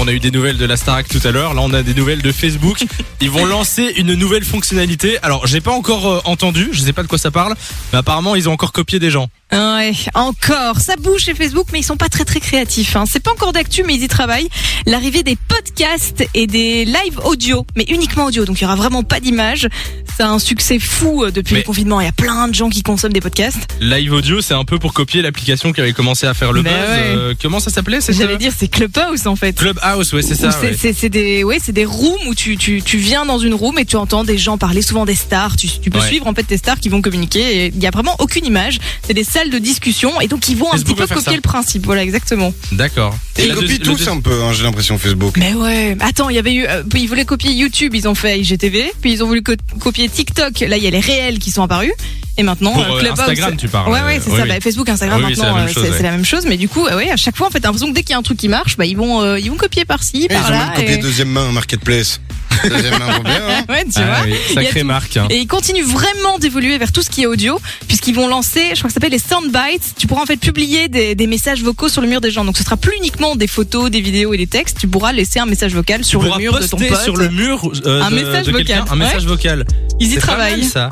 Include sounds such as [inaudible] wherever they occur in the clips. on a eu des nouvelles de la Starac tout à l'heure. Là, on a des nouvelles de Facebook. Ils [laughs] vont lancer une nouvelle fonctionnalité. Alors, j'ai pas encore euh, entendu. Je sais pas de quoi ça parle. Mais apparemment, ils ont encore copié des gens. Ouais, encore. Ça bouge chez Facebook, mais ils sont pas très très créatifs. hein. C'est pas encore d'actu, mais ils y travaillent. L'arrivée des podcasts et des live audio, mais uniquement audio, donc il y aura vraiment pas d'image. C'est un succès fou euh, depuis Mais- le confinement. Il y a plein de gens qui consomment des podcasts. Live Audio, c'est un peu pour copier l'application qui avait commencé à faire le Bah buzz. ouais. Euh, comment ça s'appelait cette, J'allais euh, dire, c'est Clubhouse en fait. Clubhouse, ouais, c'est Où ça. C'est ouais. c'est- c'est des, ouais, c'est des rooms où tu, tu, tu viens dans une room et tu entends des gens parler, souvent des stars. Tu, tu peux Ouais. suivre en fait des stars qui vont communiquer. et Il y a vraiment aucune image. C'est des salles de discussion et donc ils vont Facebook un va petit peu faire copier ça. le principe. Voilà, exactement. D'accord. Ils la copient deuxi- le tous deuxi- un peu, hein, j'ai l'impression, Facebook. Mais ouais. Attends, il y avait eu, euh, ils voulaient copier YouTube, ils ont fait IGTV, puis ils ont voulu co- copier TikTok. Là, il y a les réels qui sont apparus. Et maintenant, Pour euh, euh, Clubhouse. Instagram, tu parles. Ouais, ouais, c'est Euh, oui, ça. oui. Bah, Facebook, Instagram, Oui, oui, c'est la maintenant, même euh, c'est chose, ouais. c'est la même chose. Mais du coup, euh, ouais, à chaque fois, en fait, t'as l'impression que dès qu'il y a un truc qui marche, bah, ils vont, euh, ils vont copier par-ci, Eh, ils ont par-là. même copié et- deuxième main, Marketplace. Deuxième main, vaut bien, hein. [laughs] Ouais, tu vois. Ah oui, Il y a Sacrée tout. marque. hein. Et ils continuent vraiment d'évoluer vers tout ce qui est audio, puisqu'ils vont lancer, je crois que ça s'appelle les soundbites. Tu pourras en fait publier des, des messages vocaux sur le mur des gens. Donc ce sera plus uniquement des photos, des vidéos et des textes. Tu pourras laisser un message vocal sur tu le pourras mur de ton poster pote. sur le mur euh, Un de- message de quelqu'un, vocal. Un message vocal. Ils y C'est pas travaillent. mal, ça.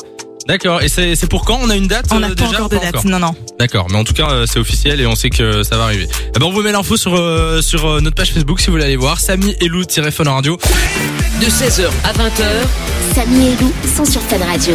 D'accord. Et c'est c'est pour quand On a une date On euh, n'a pas déjà encore de Pas date. encore. Non, non. D'accord, mais en tout cas euh, c'est officiel et on sait que ça va arriver. Eh ben, on vous met l'info sur, euh, sur euh, notre page Facebook si vous voulez aller voir. Samy et Lou, Fun Radio. De 16h à 20h, Samy et Lou sont sur Fan Radio.